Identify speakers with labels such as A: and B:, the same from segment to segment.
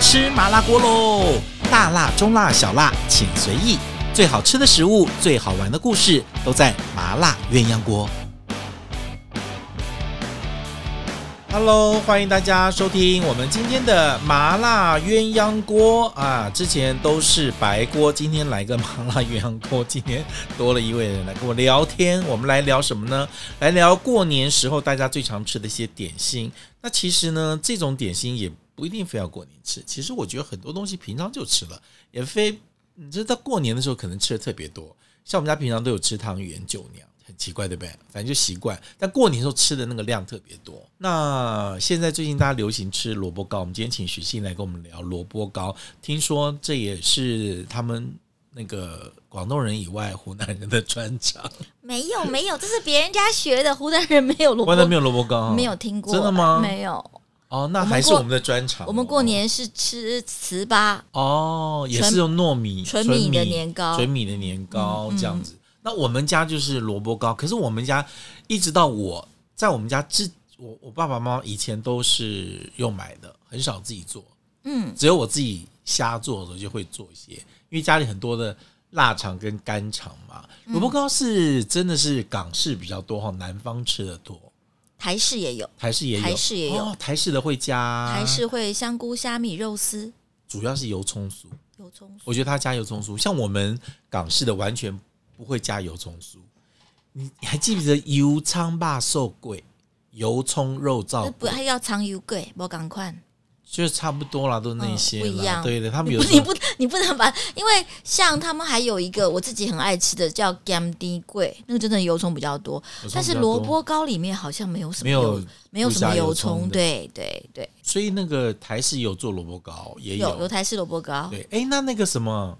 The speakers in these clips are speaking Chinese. A: 吃麻辣锅喽！大辣、中辣、小辣，请随意。最好吃的食物，最好玩的故事，都在麻辣鸳鸯锅。Hello，欢迎大家收听我们今天的麻辣鸳鸯锅啊！之前都是白锅，今天来个麻辣鸳鸯锅。今天多了一位人来跟我聊天，我们来聊什么呢？来聊过年时候大家最常吃的一些点心。那其实呢，这种点心也不一定非要过年吃。其实我觉得很多东西平常就吃了，也非你知道过年的时候可能吃的特别多。像我们家平常都有吃汤圆、酒酿，很奇怪对不对？反正就习惯。但过年时候吃的那个量特别多。那现在最近大家流行吃萝卜糕，我们今天请许信来跟我们聊萝卜糕。听说这也是他们那个广东人以外湖南人的专长。
B: 没有没有，这是别人家学的。湖南人没有萝卜
A: 湖，南没有萝卜糕啊，
B: 没有听过，
A: 真的吗
B: 没有，
A: 哦，那
B: 我们
A: 还是
B: 过
A: 我们的专长哦。
B: 我们过年是吃糍粑，
A: 哦，也
B: 纯
A: 是用糯米、
B: 纯米的年糕嗯
A: 纯米的年糕这样子。那我们家就是萝卜糕，可是我们家一直到我在我们家之，我我爸爸妈妈以前都是用买的，很少自己做，
B: 嗯，
A: 只有我自己瞎做的时候就会做一些，因为家里很多的腊肠跟干肠嘛。
B: 嗯
A: 萝卜糕是真的是港式比较多哈，南方吃的多，
B: 台式也有，
A: 台式也有，
B: 台式也有
A: 哦，台式的会加，
B: 台式会香菇、虾米、肉丝、
A: 主要是油葱酥。
B: 油葱酥。
A: 我觉得他加油葱酥，像我们港式的完全不会加油葱酥。你你还记不记得油葱霸寿贵，油葱肉
B: 那
A: 燥
B: 呃不啊
A: 粿，
B: 还要藏油柜，我赶快。
A: 就是差不多啦，都那些
B: 嗯不一
A: 啦。
B: 样
A: 对对，他们
B: 你
A: 有
B: 不，
A: 时
B: 你
A: 候
B: 不，你不能把，因为像他们还有一个我自己很爱吃的叫 gam 低贵，那个真的油葱比较多，
A: 有时候
B: 但是
A: 比较
B: 萝
A: 多，
B: 卜糕里面好像没有什么
A: 没有
B: 没有什么
A: 不加油
B: 油
A: 葱
B: 葱，
A: 的
B: 对对对，
A: 所以那个台式有做萝卜糕，也
B: 有有台式萝卜糕，
A: 对，哎，那那个什么，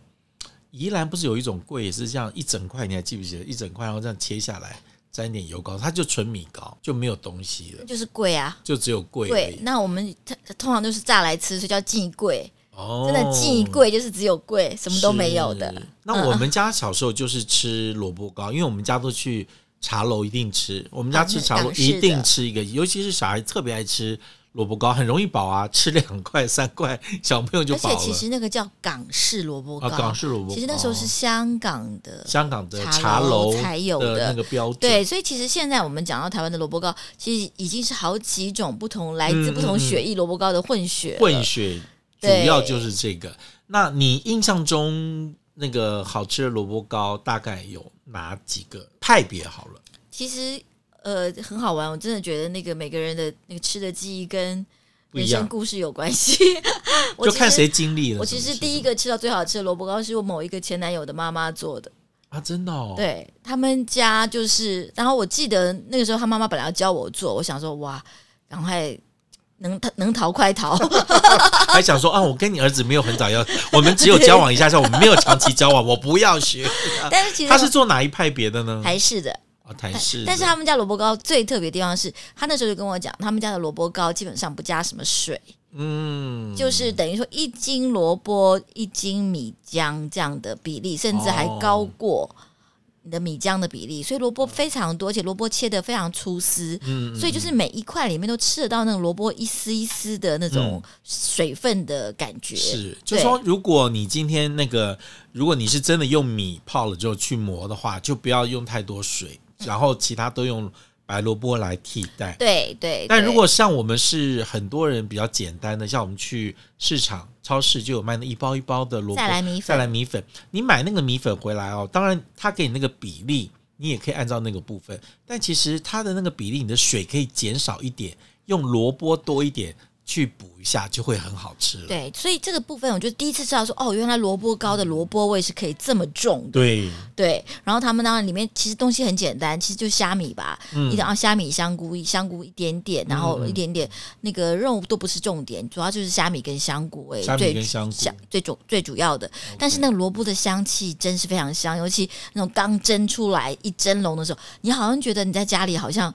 A: 宜兰不是有一种粿也是这样一整块，你还记不记得一整块，然后这样切下来，沾一点油膏，它就纯米糕，就没有东西了
B: 那，就是贵啊。
A: 就只有粿而
B: 贵，
A: 已。
B: 那我们通通常都是炸来吃，所以叫季贵。
A: 哦，
B: 真的季贵就是只有贵，什么都没有
A: 是
B: 的。嗯
A: 那我们家小时候就是吃萝卜糕，因为我们家都去茶楼一定吃，我们家吃茶楼
B: 啊港式的
A: 一定吃一个，尤其是小孩特别爱吃萝卜糕，很容易饱啊，吃两块三块，小朋友就
B: 而
A: 饱
B: 且
A: 了。
B: 其实那个叫港式萝卜糕，
A: 啊，港式萝卜糕，
B: 其实那时候是香港的。
A: 香港的
B: 茶
A: 茶楼
B: 楼才有
A: 的
B: 的
A: 那个标准，
B: 对，所以其实现在我们讲到台湾的萝卜糕，其实已经是好几种不同来自
A: 嗯
B: 不同血液萝卜糕的混血了。
A: 混血主
B: 对
A: 要就是这个。那你印象中那个好吃的萝卜糕大概有哪几个派别？好了，
B: 其实呃很好玩，我真的觉得那个每个人的那个吃的记忆跟
A: 不一
B: 人
A: 样
B: 生故事有关系。 我
A: 就
B: 其
A: 看
B: 实
A: 谁经历了
B: 我
A: 什
B: 其
A: 么事情。
B: 实第一个吃到最好吃的萝卜糕是我某一个前男友的妈妈做的，
A: 啊，真的哦，
B: 对他们家就是，然后我记得那个时候他妈妈本来要教我做，我想说哇，赶快能逃能逃 快逃，
A: 还想说啊，我跟你儿子没有很早要，我们只有交往一下下，我们没有长期交往，我不要学。
B: 但是其实啊
A: 他是做哪一派别的呢？
B: 台式的，
A: 啊，台式的，
B: 但是他们家萝卜糕最特别的地方是，他那时候就跟我讲，他们家的萝卜糕基本上不加什么水，
A: 嗯，
B: 就是等于说一斤萝卜一斤米浆这样的比例，甚至还高过你的米浆的比例，所以萝卜非常多，而且萝卜切得非常粗丝，
A: 嗯，嗯
B: 所以就是每一块里面都吃得到那种萝卜一丝一丝的那种水分的感觉。
A: 是，就说如果你今天那个，如果你是真的用米泡了之后去磨的话，就不要用太多水，然后其他都用白萝卜来替代。
B: 对对。
A: 但
B: 对
A: 如果像我们是很多人比较简单的，像我们去市场、超市就有卖那一包一包的萝卜
B: 再来米
A: 再
B: 粉，
A: 来米粉，你买那个米粉回来哦，当然它给你那个比例，你也可以按照那个部分，但其实它的那个比例，你的水可以减少一点，用萝卜多一点去补一下，就会很好吃了。
B: 对，所以这个部分我就第一次知道说，哦，原来萝卜糕的萝卜味是可以这么重的。
A: 对，
B: 对，然后他们当然里面其实东西很简单，其实就虾米吧，
A: 嗯
B: 一点啊虾米、香菇、香菇一点点，然后一点点那个肉都不是重点，主要就是虾米跟香菇味，
A: 虾米
B: 最
A: 跟香菇
B: 香最主最主要的。但是那个萝卜的香气真是非常香，尤其那种刚蒸出来一蒸笼的时候，你好像觉得你在家里好像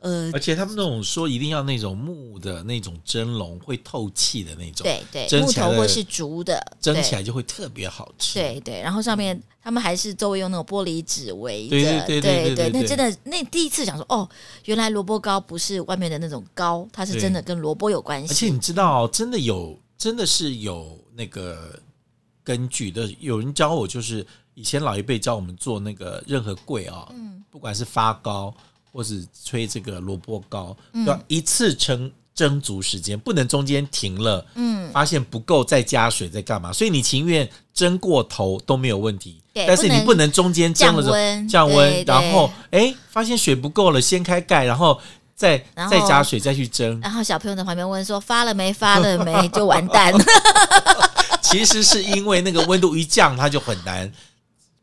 B: 呃，
A: 而且他们那种说一定要那种木的那种蒸笼会透气的那种，
B: 对对，
A: 蒸
B: 木
A: 起来
B: 头或
A: 的
B: 是竹的，
A: 蒸
B: 对
A: 起来就会特别好吃。
B: 对对，然后上面他们还是周围用那种玻璃纸围着，
A: 对对对对对对
B: 那真的那第一次想说，哦，原来萝卜糕不是外面的那种糕，它是真的跟萝卜有关
A: 而且
B: 系。
A: 你知道哦，真的有真的是有那个根据的。有人教我，就是以前老一辈教我们做那个任何柜啊、
B: 嗯
A: 不管是发糕或是吹这个萝卜糕，
B: 嗯
A: 要一次蒸蒸足时间，不能中间停了，
B: 嗯，
A: 发现不够再加水再干嘛。所以你情愿蒸过头都没有问题，
B: 对
A: 但是你不能中间蒸
B: 降
A: 了之后
B: 温
A: 降温，
B: 对
A: 然后
B: 对
A: 哎发现水不够了，先开盖，然后再
B: 然后
A: 再加水再去蒸，
B: 然后小朋友在旁边问说发了没发了 没就完蛋，
A: 其实是因为那个温度一降，它就很难，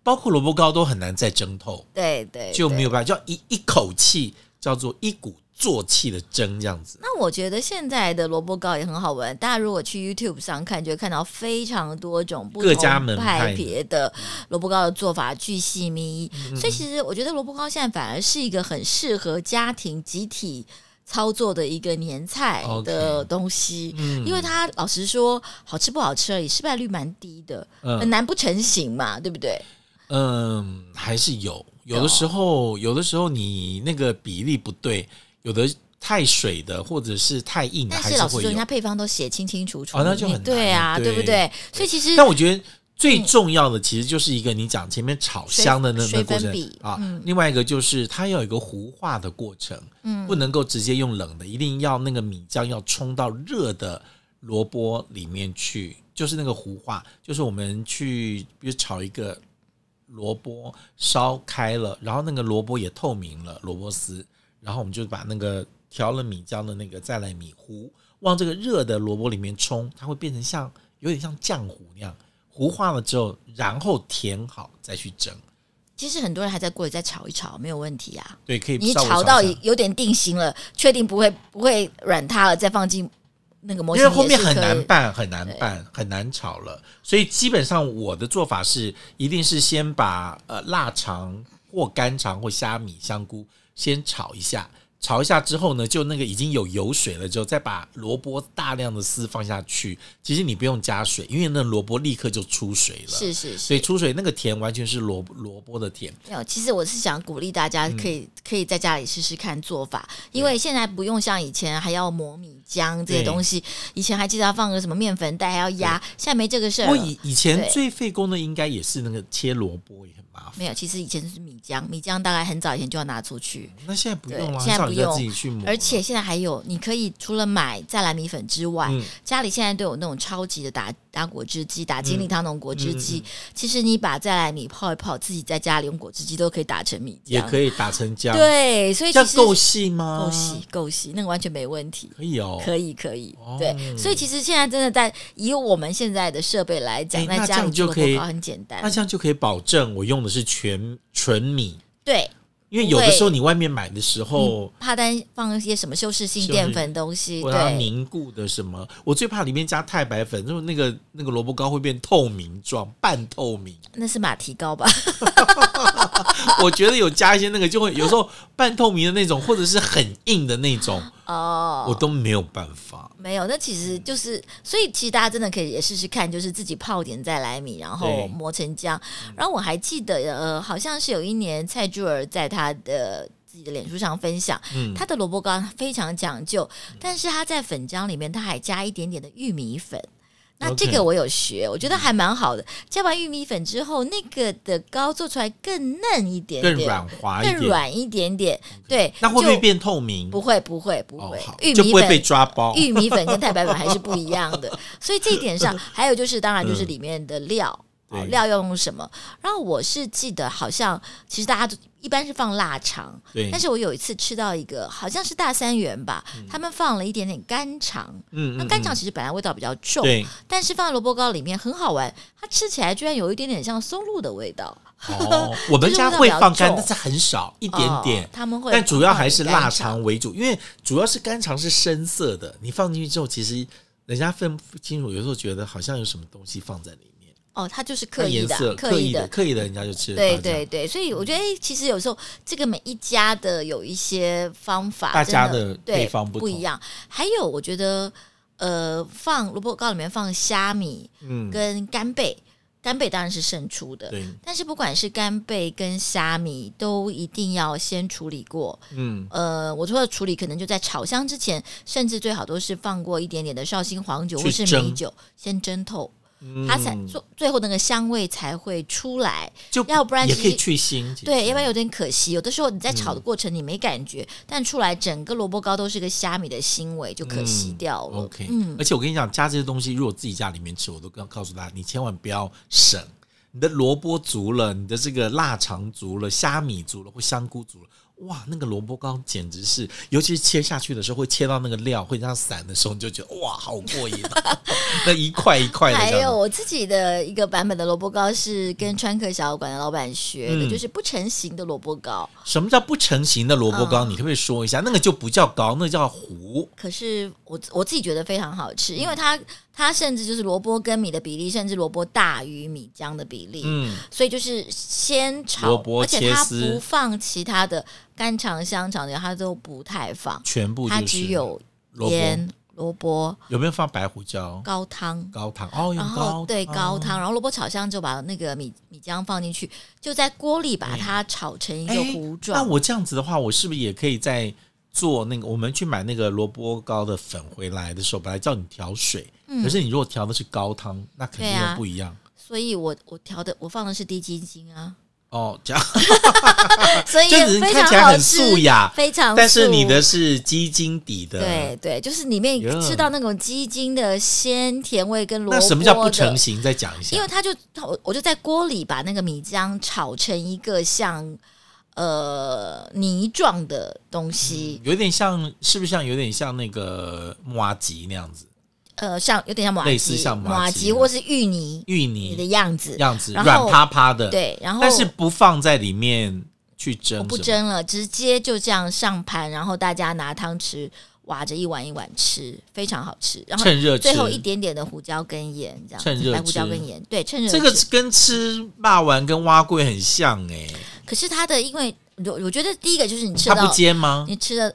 A: 包括萝卜糕都很难再蒸透，
B: 对对，
A: 就没
B: 有。
A: 有办法，叫一一口气叫做一鼓作气的蒸这样子。
B: 那我觉得现在的萝卜糕也很好闻，大家如果去 YouTube 上看，就会看到非常多种不
A: 各家
B: 同
A: 门派
B: 派别的萝卜糕的做法，巨细靡遗。
A: 嗯
B: 所以其实我觉得萝卜糕现在反而是一个很适合家庭集体操作的一个年菜
A: OK
B: 的东西。
A: 嗯
B: 因为它老实说，好吃不好吃而已，失败率蛮低的，很
A: 嗯
B: 难不成型嘛，对不对？
A: 嗯，还是有，有
B: 有
A: 的时候有的时候你那个比例不对，有的太水的或者是太硬的嗯
B: 但
A: 还
B: 是
A: 是
B: 老实
A: 会
B: 说，人
A: 有
B: 家。配方都写清清楚楚，
A: 哦那就很
B: 你对啊，
A: 难了
B: 对不
A: 对
B: 对？所以其实
A: 但我觉得
B: 嗯
A: 最重要的其实就是一个你讲前面炒
B: 水
A: 香的那那
B: 水
A: 个过
B: 分
A: 程
B: 比
A: 啊
B: 嗯，
A: 另外一个就是它要有一个糊化的过程。
B: 嗯
A: 不能够直接用冷的，一定要那个米浆要冲到热的萝卜里面去，就是那个糊化，就是我们去比如炒一个萝卜烧开了，然后那个萝卜也透明了，萝卜丝，然后我们就把那个调了米浆的那个再来米糊往这个热的萝卜里面冲，它会变成像有点像浆糊那样糊化了之后，然后填好再去蒸，
B: 其实很多人还在锅里再炒一炒，没有问题啊。
A: 对，可以
B: 你
A: 稍微
B: 炒
A: 尝
B: 到
A: 尝
B: 有点定型了，确定不会不会软塌了，再放进那个模
A: 因
B: 型
A: 为
B: 也是可
A: 后
B: 以，
A: 面很难办，很难办，很难炒了。所以基本上我的做法是，一定是先把呃腊肠或干肠或虾米、香菇先炒一下，炒一下之后呢，就那个已经有油水了之后，再把萝卜大量的丝放下去。其实你不用加水，因为那萝卜立刻就出水了。
B: 是是
A: 所以
B: 是，
A: 出水那个甜完全是萝卜萝卜的甜，
B: 没有。其实我是想鼓励大家可以、
A: 嗯
B: 可以在家里试试看做法，因为现在不用像以前还要磨米浆这些
A: 对
B: 东西，以前还记得要放个什么面粉袋还要压，现在没这个事
A: 不
B: 儿
A: 过
B: 了。
A: 以以前
B: 对
A: 最费工的应该也是那个切萝卜也很麻烦，
B: 没有，其实以前是米浆，米浆大概很早以前就要拿出去，
A: 那现在不用了，
B: 对现在
A: 很少
B: 不
A: 人要
B: 用
A: 自己去磨了，
B: 而且现在还有，你可以除了买再来米粉之外，
A: 嗯
B: 家里现在都有那种超级的打打果汁机，打精力汤那种果汁机。
A: 嗯
B: 其实你把再来米泡一泡，自己在家里用果汁机都可以打成米浆，
A: 也可以打成浆，
B: 对，所以
A: 这样
B: 其实
A: 够细吗？
B: 够细，够细，那个完全没问题。
A: 可以哦。
B: 可以，可以
A: 哦，
B: 对，所以其实现在真的在以我们现在的设备来讲
A: 哎，
B: 在
A: 那这
B: 家
A: 样
B: 里
A: 就
B: 做
A: 可以啊
B: 广告很简
A: 那
B: 单，
A: 这样就可以保证我用的是全纯米，
B: 对，
A: 因为有的时候你外面买的时候，
B: 怕单放一些什么修饰性
A: 修饰
B: 淀粉东西，
A: 我要
B: 嗯对，
A: 凝固的什么，我最怕里面加太白粉，就是那个那个萝卜糕会变透明状、半透 明。
B: 那是马 蹄糕吧？
A: 我觉得有加一些那个，就会有时候半透明的那种，或者是很硬的那种，
B: 哦，
A: 我都没有办法。
B: 没有，那其实
A: 嗯
B: 就是，所以其实大家真的可以也试试看，就是自己泡点再来米，然后
A: 对嗯
B: 磨成浆。然后我还记得，呃，好像是有一年蔡珠儿在她的呃自己的脸书上分享，
A: 嗯
B: 她的萝卜糕非常讲究，但是她在粉浆里面，她还加一点点的玉米粉。那这
A: OK 嗯
B: 个我有学，我觉得还蛮好的。加完玉米粉之后，那个的糕做出来更嫩一点点，
A: 更软滑一
B: 更
A: 点，
B: 软一点点。对，
A: 那会不会
B: 就
A: 变透明？
B: 不会，不会，不
A: 哦
B: 会，，
A: 好，
B: 玉
A: 就
B: 米
A: 不会被
B: 粉
A: 抓包。
B: 玉米粉跟太白粉还是不一样 的，所以这一点上，还有就是当然就是里面的料，
A: 嗯
B: 哦
A: 对
B: 料要用什么。然后我是记得好像其实大家都一般是放腊肠，
A: 对，
B: 但是我有一次吃到一个好像是大三元吧，他们放了一点点干肠，
A: 嗯
B: 那
A: 嗯
B: 干肠
A: 嗯
B: 其实本来味道比较重，
A: 对，
B: 但是放在萝卜糕里面很好玩，它吃起来居然有一点点像松露的味道，
A: 哦，我们家会放干，但是很少，一
B: 一
A: 点点。
B: 他们哦会，
A: 但主要还是腊。肠为主，因为主要是干肠是深色的，你放进去之后，其实人家分不清楚，有时候觉得好像有什么东西放在里面，
B: 哦，它就是刻
A: 看
B: 意
A: 颜色
B: 的，
A: 刻
B: 意
A: 意
B: 的
A: 的，，刻意的人家就嗯吃得
B: 对
A: 到这样
B: 对对，所以我觉得，哎，其实有时候这个每一家的有一些方法，
A: 大家
B: 真
A: 的
B: 对
A: 配方不
B: 不一
A: 同
B: 样。还有，我觉得，呃，放萝卜糕里面放虾米
A: 嗯，
B: 跟干贝。干贝当然是胜出的。
A: 对，
B: 但是不管是干贝跟虾米，都一定要先处理过。
A: 嗯，
B: 呃，我说的处理可能就在炒香之前，甚至最好都是放过一点点的绍兴黄酒
A: 去
B: 或是米
A: 蒸
B: 酒，先蒸透，
A: 嗯
B: 它才最最后那个香味才会出来。
A: 就
B: 要不然
A: 也
B: 其
A: 可以
B: 实
A: 去腥，其
B: 对，
A: 实
B: 要不然有点可惜。有的时候你
A: 嗯
B: 在炒的过程你没感觉，但出来整个萝卜糕都是个虾米的腥味，就可惜
A: 嗯
B: 掉了。
A: OK，
B: 嗯
A: 而且我跟你讲，加这些东西，如果自己家里面吃，我都告告诉大家，你千万不要省。你的萝卜足了，你的这个腊肠足了，虾米足了，或香菇足了，哇，那个萝卜糕简直是，尤其是切下去的时候，会切到那个料会这样散的时候，你就觉得哇，好过瘾、 啊，那一块一块的这
B: 还
A: 样子。
B: 有我自己的一个版本的萝卜糕是跟川客小馆的老板学的，
A: 嗯
B: 就是不成形的萝卜糕，
A: 什么叫不成形的萝卜糕？你可不可以说一下？那个就不叫糕，那个叫糊。
B: 可是我我自己觉得非常好吃，因为它它甚至就是萝卜跟米的比例，甚至萝卜大于米浆的比例，
A: 嗯，
B: 所以就是先炒
A: 萝，卜
B: 而且它
A: 切丝
B: 不放其他的干肠、香肠的，它都不太放，
A: 全部就
B: 它
A: 是
B: 只有
A: 萝卜。
B: 腌萝卜
A: 有没有放白胡椒、
B: 高汤。
A: 高糖？哦，
B: 然
A: 用
B: 后
A: 高
B: 对高
A: 汤
B: 汤，然后萝卜炒香之后，把那个米米浆放进去，就在锅里把它炒成一个
A: 哎
B: 糊
A: 那
B: 状。
A: 我这样子的话，我是不是也可以在做那个我们去买那个萝卜糕的粉回来的时候，本来叫你调水，可是你如果调的是高汤，那肯定
B: 嗯对啊
A: 又不一样。
B: 所以我我调的我放的是低筋精啊，
A: 哦，这样
B: 所以
A: 就只是
B: 哎
A: 看
B: 非常
A: 起来
B: 好
A: 很
B: 吃，
A: 素雅，
B: 非常素。
A: 但是你的是鸡精底的。
B: 对对，就是里面
A: 呀
B: 吃到那种鸡精的鲜甜味跟萝卜
A: 那
B: 的。
A: 什么叫不成形？再讲一下
B: 因。为它就我我就在锅里把那个米浆炒成一个像呃泥状的东西，
A: 有点像，是不是像有点像那个麻吉那样子，
B: 呃，像有点像马
A: 类似
B: 吉
A: 像马
B: 马
A: 吉
B: 吉或是芋泥
A: 芋
B: 你的
A: 泥
B: 样子。
A: 样子，
B: 然
A: 软
B: 后
A: 趴趴的，，
B: 对，然后
A: 但是不放在里面去蒸，
B: 我不
A: 是吗，
B: 蒸了，直接就这样上盘，然后大家拿汤匙挖着一碗一碗吃，非常好吃。然后
A: 趁热吃，
B: 最后一点点的胡椒跟盐，这样
A: 趁热
B: 白胡椒
A: 吃
B: 跟盐，对，趁热
A: 这个
B: 吃
A: 跟吃霸丸跟蛙龟很像哎、
B: 可是它的，因为我我觉得第一个就是你嗯吃
A: 它不
B: 到
A: 煎吗？
B: 你吃的，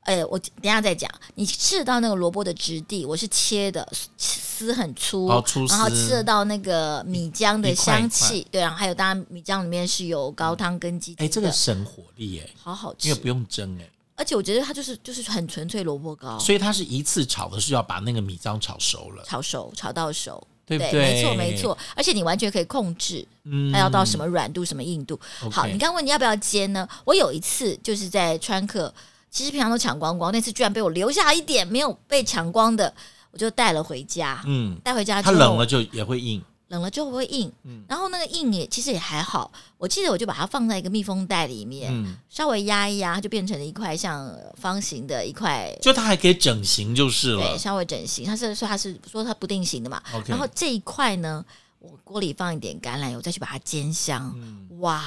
B: 哎，我等一下再讲。你吃得到那个萝卜的质地，我是切的丝很粗，
A: 哦粗丝
B: 然后吃得到那个米浆的
A: 一块一
B: 香气，对，然后还有当然米浆里面是有高汤跟鸡
A: 哎、
B: 精的，
A: 这个省火力哎、
B: 好好
A: 因
B: 吃
A: 为。不用蒸哎、
B: 而且我觉得它就是就是很纯粹萝卜糕，
A: 所以它是一次炒的是要把那个米浆炒熟了，
B: 炒熟炒到熟，
A: 对不
B: 没错没，错。而且你完全可以控制
A: 嗯
B: 它要到什
A: 么？
B: 么软度、什么硬度。
A: OK
B: 好，你刚问你要不要煎呢？我有一次就是在川客，其实平常都抢光光，那次居然被我留下一点没有被抢光的，我就带了回家。
A: 嗯，
B: 带回家之
A: 它
B: 后，
A: 冷了，就嗯也会硬，
B: 冷了之后会硬，然后那个硬也其实也还好。我记得我就把它放在一个密封袋里面，
A: 嗯，
B: 稍微压一压，它就变成了一块像方形的一块，
A: 就它还可以整形就是
B: 对，
A: 了。
B: 稍微整形。它是说它是说它不定型的嘛，
A: OK，
B: 然后这一块呢，我锅里放一点橄榄油，再去把它煎香，
A: 嗯
B: 哇！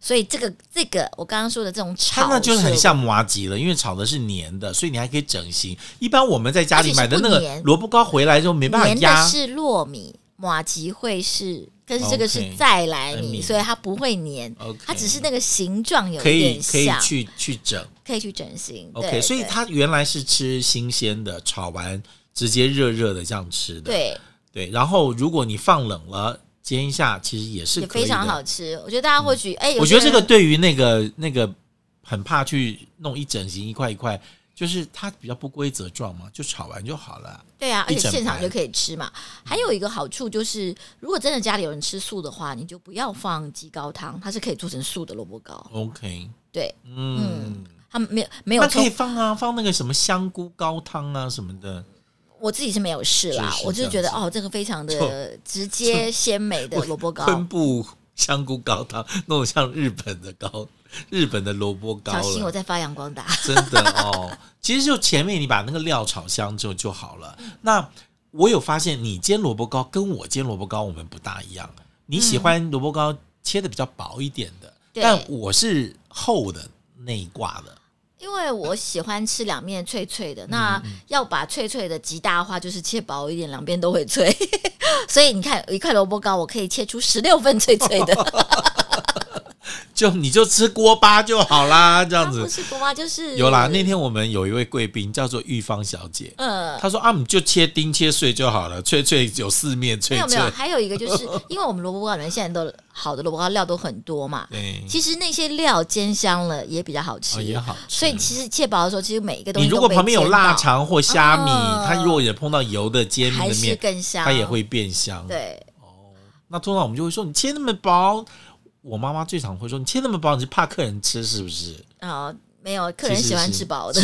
B: 所以这个这个我刚刚说的这种炒，
A: 哦它那就是很
B: 是
A: 像麻吉了，因为炒的是黏的，所以你还可以整形。一般我们在家里买的那个
B: 而且是不黏
A: 萝卜糕回来之后没办法
B: 粘的
A: 压，
B: 是糯米，马吉会是跟
A: OK，
B: 这个是再来
A: 再
B: 米，
A: 米
B: 所以它不会粘
A: OK
B: 它只是那个形状有
A: 可
B: 一
A: 以
B: 点
A: 可以
B: 像，
A: 去去整。
B: 可以去整形。
A: OK，
B: 对
A: 所以
B: 对
A: 它原来是吃新鲜的，炒完直接热热的这样吃的。
B: 对
A: 对然后如果你放冷了煎一下，其实也是
B: 也
A: 可以的
B: 非常好。吃。我觉得大家或许哎，有
A: 我觉得
B: 些
A: 这个
B: 人
A: 对于那个那个很怕去弄一整形一块一块，就是它比较不规则状嘛，就炒完就好了。
B: 对啊，而
A: 一
B: 且
A: 整
B: 现场
A: 盘
B: 就可以吃嘛。还有一个好处就是，如果真的家里有人吃素的话，你就不要放鸡高汤，它是可以做成素的萝卜糕。
A: OK，
B: 对，
A: 嗯
B: 它没有没有
A: 那可以
B: 葱，
A: 放啊，放那个什么香菇高汤啊什么的。
B: 我自己是没有试啦，
A: 是是
B: 我就觉
A: 这
B: 得
A: 样
B: 哦，这个非常的直接鲜美的萝卜
A: 昆
B: 糕。
A: 布香菇高汤，弄得像日本的高，日本的萝卜糕
B: 小
A: 了。
B: 心我在发扬光大。
A: 真的哦，其实就前面你把那个料炒香之后就好了。那我有发现，你煎萝卜糕跟我煎萝卜糕我们不大一样。你喜欢萝卜糕切的比较薄一点的，
B: 对
A: 但我是厚的那一挂的。
B: 因为我喜欢吃两面脆脆的，那
A: 嗯
B: 要把脆脆的极大化，就是切薄一点，两边都会脆。 所以你看，一块萝卜糕我可以切出十六份脆脆的。
A: 就你就吃锅巴就好啦，这样
B: 它不
A: 子。
B: 是锅巴就是
A: 有啦，那天我们有一位贵宾叫做玉芳小姐，
B: 呃。
A: 她说啊，我们就切丁切碎就好了，脆脆有四面脆
B: 没有没
A: 脆
B: 有，。还有一个就是 因为我们萝卜糕里面现在都好的萝卜糕料都很多嘛，
A: 对，
B: 其实那些料煎香了也比较好
A: 嗯
B: 吃，
A: 哦也好吃
B: 所以其实蟹堡的时候，其实每一个东
A: 你
B: 西
A: 如果
B: 都被
A: 旁边有
B: 煎到
A: 腊肠或虾米，
B: 嗯
A: 它如果也碰到油的煎饼
B: 还
A: 的
B: 是
A: 面，
B: 更香，
A: 它也会变香。，
B: 对。
A: 那通常我们就会说你切那么薄。我妈妈最常会说：“你切那么薄，你是怕客人吃是不是
B: 啊、没有，客人喜欢吃饱的。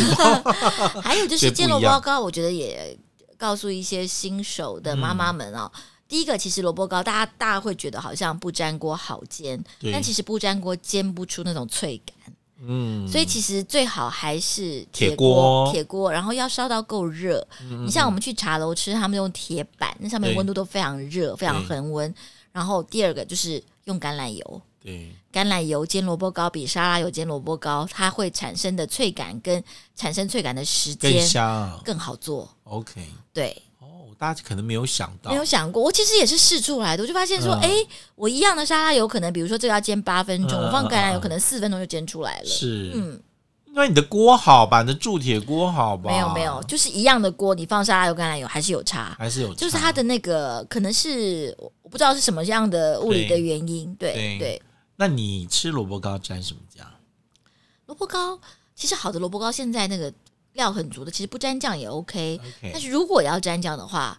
B: 还有就
A: 所以
B: 是
A: 不
B: 煎萝
A: 一样
B: 卜糕，我觉得也告诉一些新手的妈妈们哦。
A: 嗯
B: 第一个，其实萝卜糕，大家大家会觉得好像不粘锅好煎，
A: 对
B: 但其实不粘锅煎不出那种脆感，？”
A: 嗯，
B: 所以其实最好还是
A: 铁
B: 铁
A: 锅嗯
B: 铁锅，然后要烧到够热。你像我们去茶楼吃，他们用铁板，那上面
A: 对
B: 温度都非常热，非常
A: 对
B: 恒温。然后第二个就是用橄榄油，
A: 对
B: 橄榄油煎萝卜糕比沙拉油煎萝卜糕，它会产生的脆感跟产生脆感的时
A: 更
B: 间
A: 香。
B: 更好做。
A: OK，
B: 对，
A: 哦，大家可能没有想到
B: 没，有想过，我其实也是试出来的，我就发现说，
A: 嗯
B: 哎、我一样的沙拉油可能，比如说这个要煎八分钟，
A: 嗯
B: 我放橄榄
A: 嗯
B: 油
A: 嗯
B: 可能四分钟就煎出来了。
A: 是，
B: 嗯，
A: 因为你的锅好吧，你的铸铁锅好吧？
B: 没有没有，，就是一样的锅，你放沙拉油、橄榄油还是有差，
A: 还是有差，
B: 就是它的那个可能是我不知道是什么样的物理的
A: 对
B: 原因。对
A: 嗯对
B: 对
A: 那你吃萝卜糕沾什么酱？
B: 萝卜糕其实好的萝卜糕现在那个料很足的，其实不沾酱也 OK。
A: OK
B: 但是如果要沾酱的话，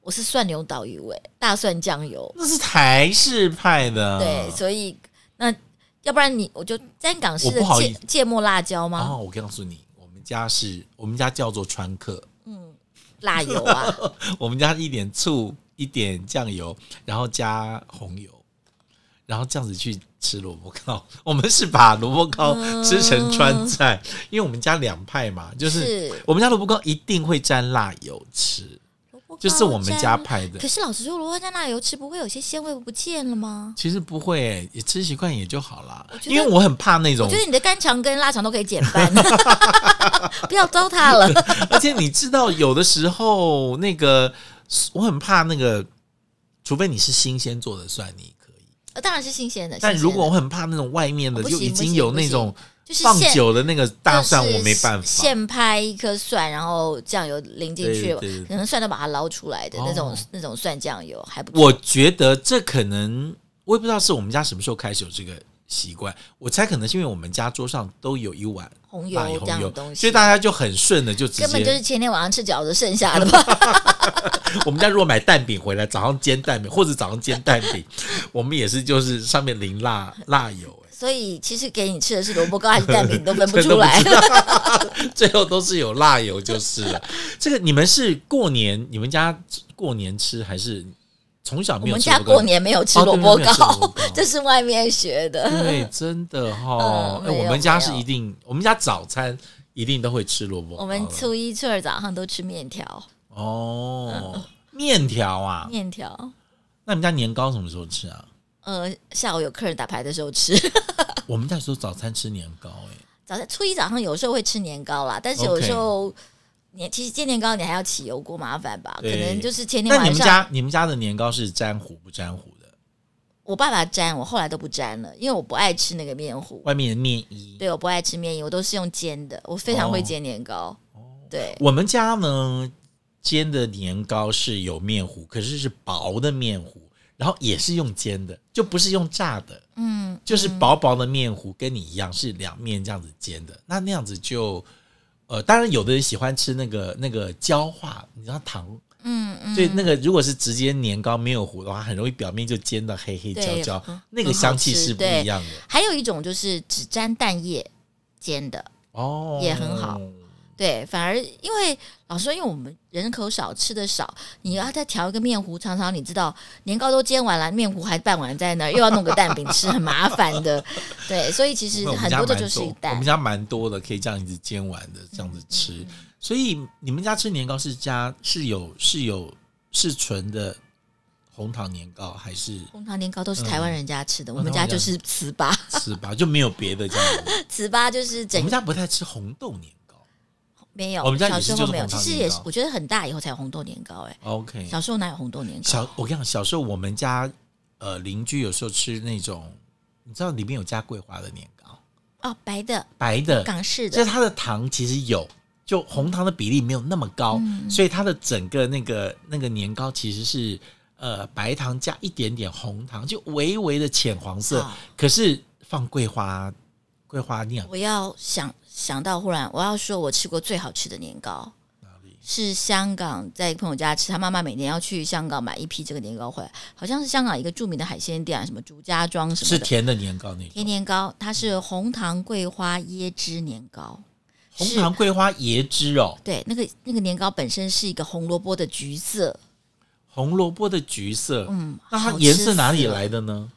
B: 我是蒜牛倒鱼尾，大蒜酱油，
A: 那是台式派的，
B: 对，所以那要不然你我就沾港式
A: 我
B: 的
A: 不好
B: 芥
A: 意哦
B: 芥末辣椒
A: 然
B: 吗？
A: 后我告诉你，我们家是我们家叫做川客，
B: 辣油啊，
A: 我们家一点醋，一点酱油，然后加红油，然后这样子去吃萝卜糕。我们是把萝卜糕
B: 嗯
A: 吃成川菜，因为我们家两派嘛， 就是
B: 是
A: 我们家萝卜糕一定会沾辣油吃，
B: 萝卜糕
A: 就是我们家
B: 沾。
A: 派的
B: 可。是老实说，萝卜沾辣油吃不会有些鲜味不见了吗？
A: 其实不会、也吃习惯也就好啦。
B: 觉得
A: 因为我很怕那
B: 我
A: 种
B: 觉得你的肝肠跟腊肠都可以减半， 不要糟蹋了。
A: 而且你知道，有的时候那个我很怕那个，除非你是新鲜做的蒜泥可以，
B: 呃当然是新鲜的，
A: 但
B: 新鲜
A: 如果
B: 的
A: 我很怕那种外面的，
B: 哦不
A: 就
B: 行
A: 已
B: 不
A: 经
B: 行
A: 有
B: 不
A: 那
B: 行
A: 种
B: 就是
A: 放
B: 现
A: 久的那个大蒜，
B: 就是
A: 我没办法。
B: 现拍一颗蒜，然后酱油淋进去
A: 对对对，
B: 可能蒜都把它捞出来的那种
A: 哦
B: 那种蒜酱油还不错。
A: 我觉得这可能我也不知道是我们家什么时候开始有这个习惯，我猜可能是因为我们家桌上都有一碗
B: 红油
A: 辣油
B: 这样
A: 红
B: 的
A: 油
B: 东，西，
A: 所以大家就很顺的就直
B: 根本就
A: 接。
B: 是前天晚上吃饺子剩下的 吧？
A: 我们家如果买蛋饼回来，早上煎蛋饼或者早上煎蛋饼，我们也是就是上面淋辣辣油、欸
B: 所以其实给你吃的是萝卜糕还是蛋饼，你 都分不出来
A: 真。的不知道最后都是有辣油就是了。这个你们是过年，你们家过年吃还是从小
B: 我
A: 没有
B: 们
A: 吃
B: 家
A: 过
B: 过？年没有吃
A: 哦
B: 萝卜
A: 对没有吃萝卜
B: 糕
A: 糕，
B: 这是外面 学的。
A: 对，真的哈、哦
B: 呃嗯没有
A: 我们家
B: 没有嗯
A: 是一定，我们家早餐一定都会吃萝卜糕的。
B: 我们初一、初二早上都吃面条，
A: 哦，面条啊，
B: 面条。
A: 那你们家年糕什么时候吃啊？
B: 呃，下午有客人打牌的时候吃。
A: 我们家有时候早餐吃年糕、欸，
B: 早上初一早上有时候会吃年糕啦，但是有时候年其实煎年糕你还要起油锅，麻烦吧？可
A: 对
B: 能就是前天
A: 那你
B: 晚
A: 们
B: 上
A: 家你们家的年糕是粘糊不粘糊的？
B: 我爸爸沾，我后来都不沾了，因为我不爱吃那个面糊。
A: 外面的面衣。
B: 对，我不爱吃面衣，我都是用煎的，我非常会
A: 哦
B: 煎年糕。对，
A: 我们家呢煎的年糕是有面糊，可是是薄的面糊，然后也是用煎的，就不是用炸的，
B: 嗯，
A: 就是薄薄的面糊，跟你一样是两面这样子煎的。那那样子就，呃，当然有的人喜欢吃那个那个焦化，你知道糖，
B: 嗯嗯，
A: 所以那个如果是直接年糕没有糊的话，很容易表面就煎到黑黑焦
B: 对
A: 焦
B: 嗯，
A: 那个香气是不
B: 很好吃
A: 一样的
B: 还有一种就是只沾蛋液煎的，
A: 哦，
B: 也很好。对，反而因为老实说，因为我们人口少，吃的少，你要再调一个面糊，常常你知道年糕都煎完了，面糊还半碗在那儿，又要弄个蛋饼吃，很麻烦的。对，所以其实
A: 那我们
B: 很
A: 家
B: 多的
A: 蛮
B: 就是一
A: 我
B: 蛋
A: 们，家蛮多的，可以这样一直煎完的，这样子吃。
B: 嗯
A: 所以你们家吃年糕是加是有是有是纯的红糖年糕，还是
B: 红糖年糕都是台湾人家吃的，
A: 嗯
B: 我们家就是糍粑，
A: 糍粑就没有别的这样子？
B: 糍粑就是
A: 我
B: 整
A: 们家不太吃红豆年糕。
B: 没有，
A: 我们家
B: 小
A: 也是
B: 时候
A: 就是
B: 没有，
A: 红
B: 其
A: 糖
B: 实
A: 年
B: 也是
A: 糕，嗯
B: 我觉得很大以后才有红豆年糕，哎，
A: OK，
B: 小时候哪有红豆年糕？
A: 小我跟你讲，小时候我们家呃邻居有时候吃那种你知道里面有加桂花的年糕，
B: 哦，白的
A: 白的，
B: 港式
A: 就是
B: 的，
A: 它的糖其实有，就红糖的比例没有那么高，
B: 嗯
A: 所以它的整个那个那个年糕其实是呃白糖加一点点红糖，就微微的浅黄色
B: 好，
A: 可是放桂花桂花酿
B: 我要想想到，忽然我要说，我吃过最好吃的年糕
A: 哪里？
B: 是香港在朋友家吃，他妈妈每年要去香港买一批这个年糕回来，好像是香港一个著名的海鲜店啊，什么竹家庄什
A: 是
B: 么的。
A: 甜的年糕那
B: 甜
A: 种，
B: 年糕，它是红糖桂花椰汁年糕。
A: 红
B: 是
A: 糖桂花椰汁哦，
B: 对，那个那个年糕本身是一个红萝卜的橘色，
A: 红萝卜的橘色，
B: 嗯，
A: 那
B: 好
A: 它
B: 吃
A: 颜色哪里
B: 死了？
A: 来的呢？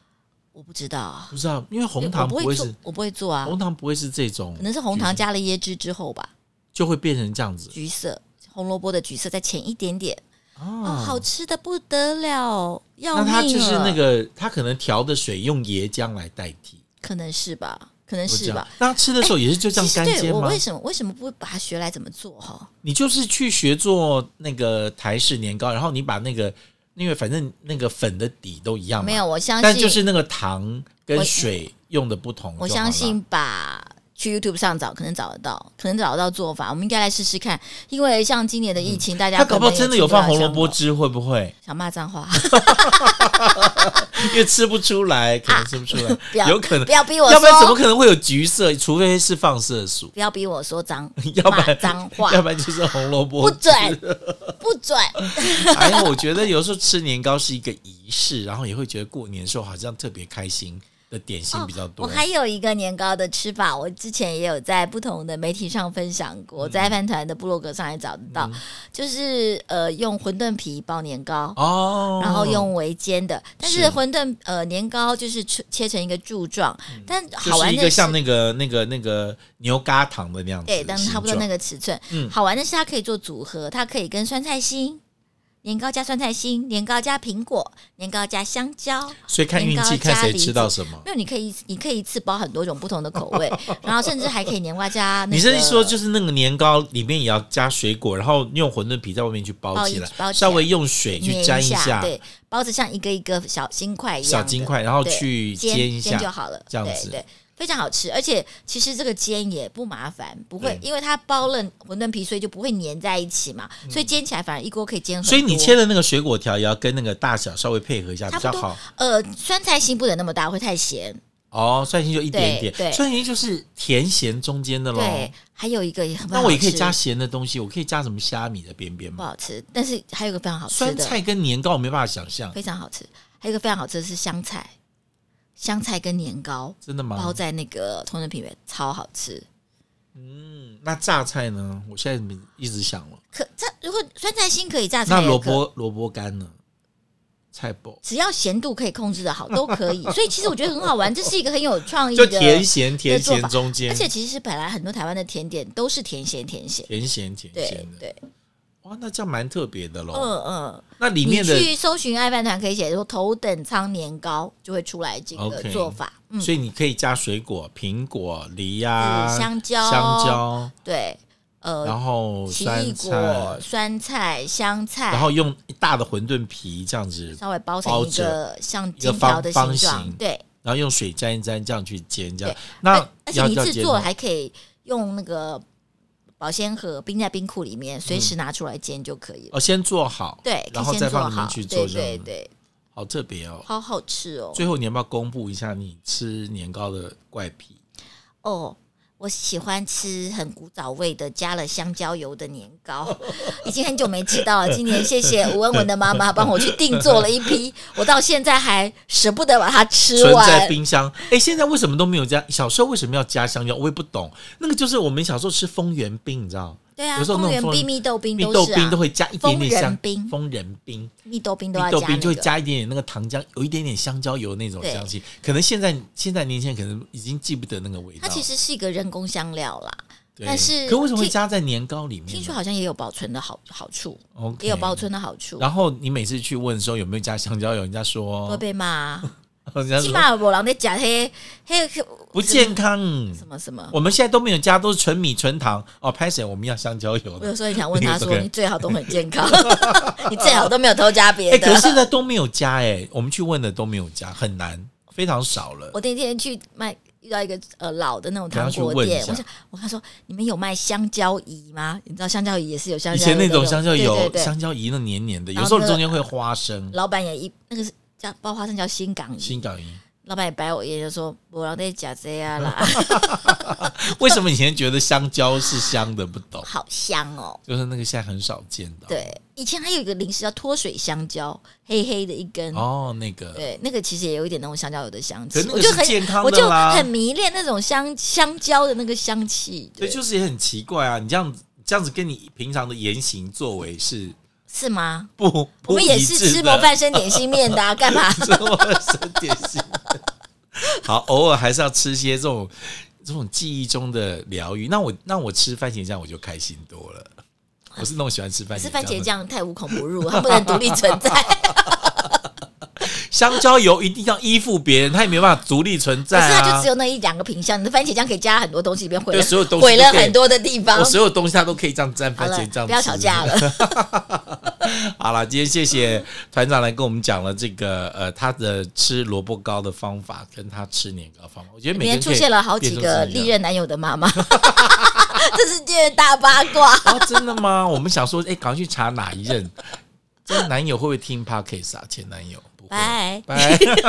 B: 我不知道啊，
A: 不知道，因为红
B: 我
A: 糖
B: 不
A: 不会
B: 做
A: 是，
B: 我不会做啊，
A: 红糖不会是这种，
B: 可能是红糖加了椰汁之后吧，
A: 就会变成这样子
B: 橘色，红萝卜的橘色再浅一点点，哦，
A: 啊。
B: 好吃的不得了，
A: 那
B: 要命啊
A: 它
B: 了。
A: 就是那个，它可能调的水用椰浆来代替，
B: 可能是吧，可能
A: 会这
B: 是
A: 样
B: 吧。？哎
A: 那吃的时候也是就这
B: 其
A: 样
B: 实
A: 干
B: 对
A: 煎
B: 我
A: 吗
B: 为？什么为什么不把它学来怎么做哈？
A: 你就是去学做那个台式年糕，然后你把那个，因为反正那个粉的底都一样嘛，
B: 没有，，我相
A: 但
B: 信，
A: 就是那个糖跟
B: 我
A: 水用的不同就好
B: 我
A: 了。
B: 相信把。去 YouTube 上找，可能找得到，可能找得到做法。我们应该来试试看，因为像今年的疫情，大家
A: 嗯他搞不好
B: 根本也
A: 真的有放
B: 出
A: 红
B: 不了
A: 萝卜
B: 香
A: 汁，会不会？
B: 港，想骂脏话，
A: 因为吃不出来，可能吃不出来，
B: 啊不要
A: 有可能
B: 不。要逼我
A: 要不然怎么
B: 说，
A: 可能会有橘色？除非是放色素，，
B: 不要逼我说脏
A: 要不
B: 骂
A: 然
B: 脏话，
A: 要不然就是红萝卜
B: 不准，不准。
A: 哎呀，我觉得有时候吃年糕是一个仪式，然后也会觉得过年的时候好像特别开心的点心比较多。
B: 哦我还有一个年糕的吃法，我之前也有在不同的媒体上分享过，
A: 嗯
B: 在饭团的部落格上也找得到，就是呃用馄饨皮包年糕。
A: 哦，
B: 然后用围煎的，但是
A: 是
B: 馄饨呃年糕就是切切成一个柱状，但
A: 嗯就
B: 好
A: 是
B: 玩
A: 一
B: 的
A: 个像那个那个那个牛轧糖的那样子的
B: 对，
A: 形状，
B: 但差不多那个尺寸。
A: 嗯
B: 好玩的是它可以做组合，它可以跟酸菜心年糕加酸菜心，年糕加苹果，年糕加香蕉，
A: 所以看运气，
B: 年糕加
A: 看谁
B: 梨子
A: 吃到什么。
B: 没有，你可以你可以一次包很多种不同的口 味，然后甚至还可以年瓜加、那个。
A: 你是说就是那个年糕里面也要加水果，然后用馄饨皮在外面去包起来，
B: 哦包一包起来
A: 稍微用水去
B: 捏
A: 沾
B: 一
A: 下
B: 对，包子像一个一个小金块一样
A: 小
B: 的
A: 金块，然后
B: 对
A: 去
B: 煎
A: 一
B: 就
A: 下。
B: 好了，
A: 这样子
B: 对对，非常好吃。而且其实这个煎也不麻烦，不会
A: 对
B: 因为它包了馄饨皮，所以就不会粘在一起嘛，所以煎起来反而一锅可以煎很多。
A: 嗯所以你切的那个水果条也要跟那个大小稍微配合一下，比
B: 差不
A: 较
B: 多
A: 好。
B: 呃酸菜心不能那么大，会太咸。
A: 哦，蒜心就一点
B: 对
A: 点，
B: 对
A: 蒜心就是甜咸中间的喽。
B: 对，还有一个也很
A: 那我也可以
B: 好吃
A: 加咸的东西，我可以加什么虾米的边边
B: 不
A: 吗？
B: 好吃，但是还有一个非常好吃
A: 酸
B: 的，
A: 菜跟年糕我没办法想象，
B: 非常好吃。还有一个非常好吃的是香菜，香菜跟年糕
A: 真的
B: 包
A: 吗？
B: 在那个同仁品里面，超好吃。
A: 嗯那榨菜呢？我现在怎么一直想了。
B: 可这如果酸菜心可以榨菜，
A: 那萝，卜萝卜干呢？菜脯
B: 只要咸度可以控制的好，都可以。所以其实我觉得很好玩，这是一个很有创意
A: 就
B: 的
A: 甜咸甜
B: 做
A: 咸
B: 法
A: 中间，
B: 而且其实本来很多台湾的甜点都是甜咸甜咸，
A: 甜咸甜
B: 对
A: 咸的。
B: 对，
A: 哇，那这样蛮特别的
B: 嗯
A: 喽。
B: 嗯。
A: 那里面的，
B: 你去搜寻爱饭团，可以写说头等舱年糕，就会出来这个
A: OK
B: 做法。嗯，
A: 所以你可以加水果，苹果、梨呀、
B: 嗯香蕉
A: 啊香蕉，
B: 对，呃，
A: 然后
B: 奇
A: 酸
B: 异
A: 菜
B: 果、，酸菜、香菜，
A: 然后用一大的馄饨皮这样子
B: 稍微包
A: 包
B: 成一
A: 着
B: 个像
A: 一个
B: 金条的
A: 方
B: 形
A: 方
B: 状
A: 形，
B: 对。
A: 然后用水沾一沾，这样去煎，这样
B: 对。
A: 那
B: 而而且
A: 啊要
B: 你
A: 要
B: 制
A: 煎
B: 作
A: 吗
B: 还可以用那个保鲜盒冰在冰库里面，随时拿出来煎就可以了。
A: 哦，先做好，
B: 对，
A: 嗯
B: 可
A: 然
B: 以
A: 后再
B: 先做
A: 放里
B: 好
A: 面，去做，
B: 对
A: 这
B: 对
A: 样
B: 对，
A: 好特别哦。
B: 好好吃哦。
A: 最后你要不要公布一下你吃年糕的怪癖？
B: 哦，我喜欢吃很古早味的加了香蕉油的年糕， 已经很久没吃到了。今年谢谢吴文文的妈妈帮我去定做了一批，我到现在还舍不得把它吃
A: 存在
B: 完。
A: 冰箱，哎，现在为什么都没有加？小时候为什么要加香蕉？我也不懂。那个就是我们小时候吃丰原冰，你知道，
B: 对啊，
A: 有时候那
B: 公
A: 种
B: 园
A: 风
B: 冰、蜜豆冰
A: 蜜
B: 都
A: 豆
B: 是
A: 冰
B: 啊
A: 都，会加一点点
B: 丰
A: 香
B: 仁冰
A: 丰仁冰、
B: 蜜豆冰都
A: 蜜
B: 要
A: 豆
B: 加
A: 冰就会
B: 那个
A: 加一点点那个糖浆，有一点点香蕉油那种
B: 对
A: 香气。可能现在现在年轻人可能已经记不得那个味道。
B: 它其实是一个人工香料啦，
A: 对
B: 但是
A: 可为什么会
B: 听
A: 加在年糕里面呢？
B: 听说好像也有保存的好好处，
A: OK
B: 也有保存的好处，
A: 然后你每次去问说有没有加香蕉油，人家
B: 会
A: 说，
B: 被骂啊。
A: 人家
B: 起
A: 说
B: 码我人在讲黑黑
A: 不健康。
B: 什么什么。
A: 我们现在都没有加，都是纯米纯糖哦。拍谁？我们要香蕉油
B: 我
A: 的。
B: 有时候也想 问他
A: 你有这
B: 说：“
A: 个
B: 你最好都很 健康，你最好都没有偷加别
A: 哎、
B: 的。
A: 可是现在都没有加哎、我们去问的都没有加，很难。非常少了。
B: 我那天去卖遇到一个呃老的那种
A: 等
B: 糖
A: 下去
B: 果
A: 问一
B: 店，
A: 下
B: 我想我跟他说你们有卖香蕉姨吗？你知道香蕉姨也是有香
A: 以
B: 蕉
A: 前
B: 姨
A: 那
B: 的
A: 种香蕉有
B: 对对对，
A: 香蕉一那黏黏的，
B: 然
A: 有
B: 后
A: 时候
B: 那个
A: 中间会花生、
B: 老板也一那个是叫包花生叫新港姨，
A: 新港银。
B: 老板也白我一眼就说我让在假这样啦，
A: 为什么以前觉得香蕉是香的？不懂，
B: 好香哦。
A: 就是那个现在很少见到。，
B: 对，以前还有一个零食叫脱水香蕉，黑黑的一根。
A: 哦，那个，
B: 对，那个其实也有一点那种香蕉油的香
A: 可
B: 气
A: 是，那
B: 我
A: 个
B: 就是很
A: 健康
B: 我
A: 的
B: 就
A: 啦。
B: 很迷恋那种香香蕉的那个香气，
A: 对，
B: 对，
A: 就是也很奇怪啊！你这样子，这样子跟你平常的言行作为是
B: 是吗？
A: 不
B: 我
A: 不
B: 们
A: 一
B: 也是
A: 致
B: 吃
A: 的
B: 模。范生点心面 的、啊，干嘛？
A: 这么省点心。 好，偶尔还是要吃些这种这种记忆中的疗愈。那我那我吃番茄酱我就开心多了。我是那种喜欢吃番茄
B: 可是
A: 酱
B: 番
A: 的
B: 茄酱太无孔不入，它不能独立存在。
A: 香蕉油一定要依附别人，它也没办法独立存
B: 可
A: 在
B: 是它就
A: 啊
B: 只。有那一两个品相，你的番茄酱可以加很多东西，里面毁
A: 对
B: 了
A: 所有东西
B: 毁了
A: 都可以
B: 很多的地方
A: 我。所有东西它都可以这样沾
B: 好
A: 番
B: 了
A: 茄，酱，
B: 不要吵 架。了。
A: 好了，今天谢谢团长来跟我们讲了这个呃他的吃萝卜糕的方法，跟他吃年糕的方法。我觉得
B: 里
A: 每个
B: 面
A: 人
B: 出现了好几个
A: 利
B: 历任男友的妈 妈，这是件大八 卦。
A: 哦，真的吗？我们想说，哎、赶快去查哪一任，这个男友会不会听 podcast 啊？前男友不会，
B: 拜。
A: 拜。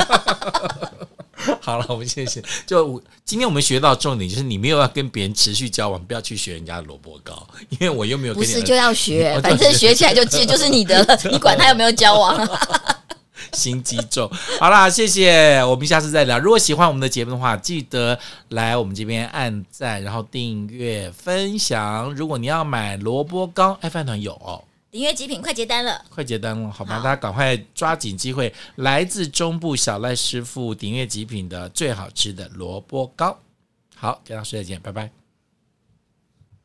A: 好了，我们谢谢。就我今天我们学到重点就是，你没有要跟别人持续交往，不要去学人家的萝卜糕，因为我又没有
B: 不
A: 跟你
B: 是就要学
A: 哦，
B: 反正学起来就记，就是你的 了，你管他有没有交往。
A: 心机重。好啦，谢谢，我们下次再聊。如果喜欢我们的节目的话，记得来我们这边按赞，然后订阅、分享。如果你要买萝卜糕，爱饭团有哦。
B: 订阅极品快结单了，
A: 快结单了，好吧，
B: 好
A: 大家赶快抓紧机会！来自中部小赖师傅鼎月极品的最好吃的萝卜糕，好，跟大家说再见，拜拜。